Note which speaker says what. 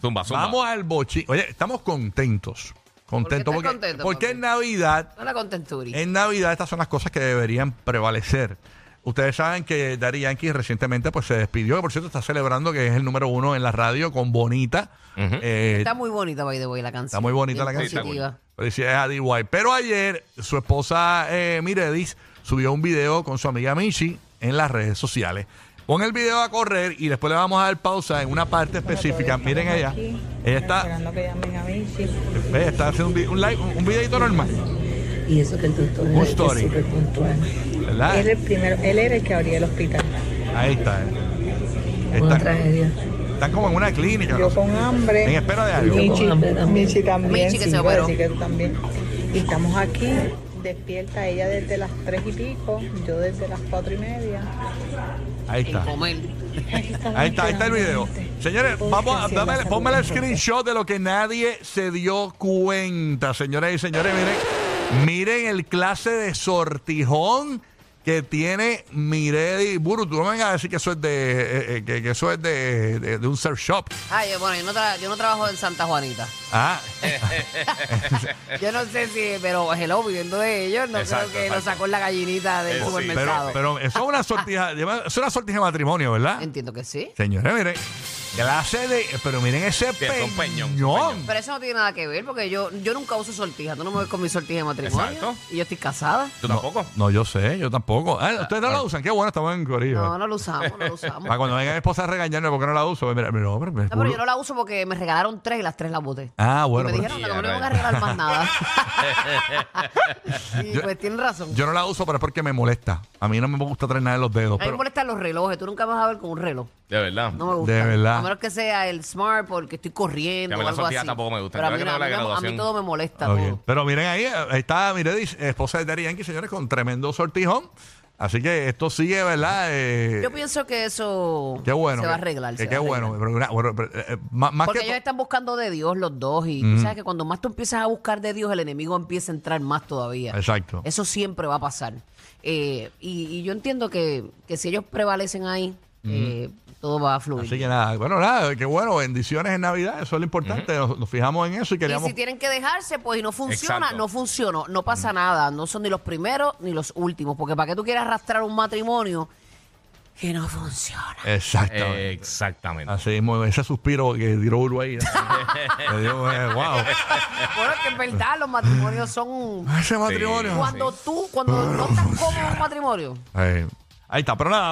Speaker 1: Zumba, zumba.
Speaker 2: Vamos al bochi. Oye, estamos contentos. Contentos
Speaker 3: estás
Speaker 2: porque,
Speaker 3: contento,
Speaker 2: porque
Speaker 3: papi?
Speaker 2: en Navidad,
Speaker 3: No la contenturi.
Speaker 2: en Navidad estas son las cosas que deberían prevalecer. Ustedes saben que Daddy Yankee recientemente pues se despidió, que por cierto está celebrando que es el número uno en la radio con Bonita. Eh,
Speaker 3: Está muy bonita, by the way, la canción.
Speaker 2: Está muy bonita
Speaker 3: Bien
Speaker 2: la canción.
Speaker 3: positiva.
Speaker 2: Felicidades a DY. Pero ayer su esposa eh, Miredis subió un video con su amiga Michi en las redes sociales. Pon el video a correr y después le vamos a dar pausa en una parte específica. Miren allá. Ella está,
Speaker 4: Esperando que llamen a Michi.
Speaker 2: ve, está haciendo un, vi- un, live- un videito normal.
Speaker 4: Y eso que el doctor
Speaker 2: Un story.
Speaker 4: es súper puntual.
Speaker 2: ¿verdad?
Speaker 4: Él, el primero, él era el que abría el hospital.
Speaker 2: Ahí está. eh.
Speaker 4: Una
Speaker 2: Está,
Speaker 4: tragedia.
Speaker 2: está como en una clínica. no
Speaker 4: Yo
Speaker 2: sé.
Speaker 4: con hambre.
Speaker 2: En espera de algo.
Speaker 4: Michi, Yo con hambre también. Michi también.
Speaker 3: Michi que
Speaker 4: sí,
Speaker 3: se
Speaker 4: iba a
Speaker 3: operó.
Speaker 4: decir que tú también. Y estamos aquí, despierta ella desde las tres y pico, yo desde las cuatro y media.
Speaker 2: Ahí está.
Speaker 3: En comer.
Speaker 2: Ahí está, ahí está el video. Señores, vamos a dame, ponme el screenshot de lo que nadie se dio cuenta, señoras y señores. Miren, miren el clase de sortijón que tiene Miredi Buru. Tú no me vengas a decir que eso es de, eh, eh, que, que eso es de, de- de un surf shop.
Speaker 3: Ay, yo- bueno, yo no, tra- yo no trabajo en Santa Juanita.
Speaker 2: Ah,
Speaker 3: Yo no sé si, pero hello, viviendo de ellos, no
Speaker 1: Exacto,
Speaker 3: creo que
Speaker 1: exacto.
Speaker 3: lo sacó la gallinita del
Speaker 1: Eso sí.
Speaker 3: supermercado.
Speaker 2: pero, pero eso es una sortija, lleva- eso es una sortija de matrimonio, ¿verdad?
Speaker 3: Entiendo que sí.
Speaker 2: Señores, miren, clase de, eh, pero miren ese
Speaker 1: es un peñón, un
Speaker 2: peñón.
Speaker 3: Pero eso no tiene nada que ver, porque yo, yo nunca uso sortija. Tú no me ves con mi sortija de matrimonio.
Speaker 1: Exacto.
Speaker 3: Y yo estoy casada.
Speaker 1: ¿Tú tampoco?
Speaker 2: No, yo sé, yo tampoco. Ah, ustedes no la usan, qué bueno, estamos en Corillo.
Speaker 3: No, no lo usamos, no lo usamos.
Speaker 2: Para cuando venga mi esposa a regañarme porque no la uso. Mira, mira, hombre, me-
Speaker 3: No, pero yo no la uso porque me regalaron tres y las tres las boté.
Speaker 2: Ah, bueno.
Speaker 3: y me
Speaker 2: pero-
Speaker 3: dijeron que no me van a regalar más nada. y pues tienen razón.
Speaker 2: yo no la uso, pero es porque me molesta. A mí no me gusta traer nada en los dedos.
Speaker 3: a mí me
Speaker 2: Pero,
Speaker 3: molestan los relojes. Tú nunca me vas a ver con un reloj.
Speaker 1: De verdad.
Speaker 3: No me gusta.
Speaker 2: De verdad.
Speaker 3: A menos que sea el smart porque estoy
Speaker 1: Que
Speaker 3: corriendo
Speaker 1: a
Speaker 3: o
Speaker 1: mí la
Speaker 3: algo
Speaker 1: sortija
Speaker 3: así.
Speaker 1: tampoco me gusta.
Speaker 3: Pero a
Speaker 1: Yo
Speaker 3: mí,
Speaker 1: creo que
Speaker 3: no-
Speaker 1: tengo la
Speaker 3: a mí no- a mí
Speaker 1: graduación.
Speaker 3: todo me molesta.
Speaker 2: Ok.
Speaker 3: todo.
Speaker 2: Pero miren ahí, eh, ahí está Miredis, esposa de Daddy Yankee, señores, con tremendo sortijón. Así que esto sigue, ¿verdad? Eh,
Speaker 3: Yo pienso que eso
Speaker 2: qué bueno.
Speaker 3: se va a
Speaker 2: que-
Speaker 3: arreglar.
Speaker 2: que
Speaker 3: se va
Speaker 2: qué
Speaker 3: a arreglar.
Speaker 2: bueno. pero una- bueno, pero, eh, eh, más, más
Speaker 3: Porque
Speaker 2: que
Speaker 3: ellos
Speaker 2: to-
Speaker 3: están buscando de Dios los dos y tú sabes que cuando más tú empiezas a buscar de Dios, el enemigo empieza a entrar más todavía.
Speaker 2: Exacto.
Speaker 3: Eso siempre va a pasar. Eh, y, y yo entiendo que, que si ellos prevalecen ahí, eh, todo va a fluir.
Speaker 2: Así que nada, bueno, nada, qué bueno, bendiciones en Navidad, eso es lo importante, nos, nos fijamos en eso y
Speaker 3: y
Speaker 2: queríamos...
Speaker 3: si tienen que dejarse, pues y no funciona,
Speaker 1: Exacto.
Speaker 3: no funcionó, no pasa nada. No son ni los primeros ni los últimos. Porque ¿para qué tú quieres arrastrar un matrimonio que no funciona?
Speaker 2: Exactamente.
Speaker 1: Exactamente.
Speaker 2: Así mismo, ese suspiro que tiró Uru ahí. Me dio, eh, wow.
Speaker 3: bueno, que en verdad los matrimonios son...
Speaker 2: Ese matrimonio.
Speaker 3: Cuando tú, cuando no estás cómodo en un matrimonio,
Speaker 2: Ahí- ahí está, pero nada.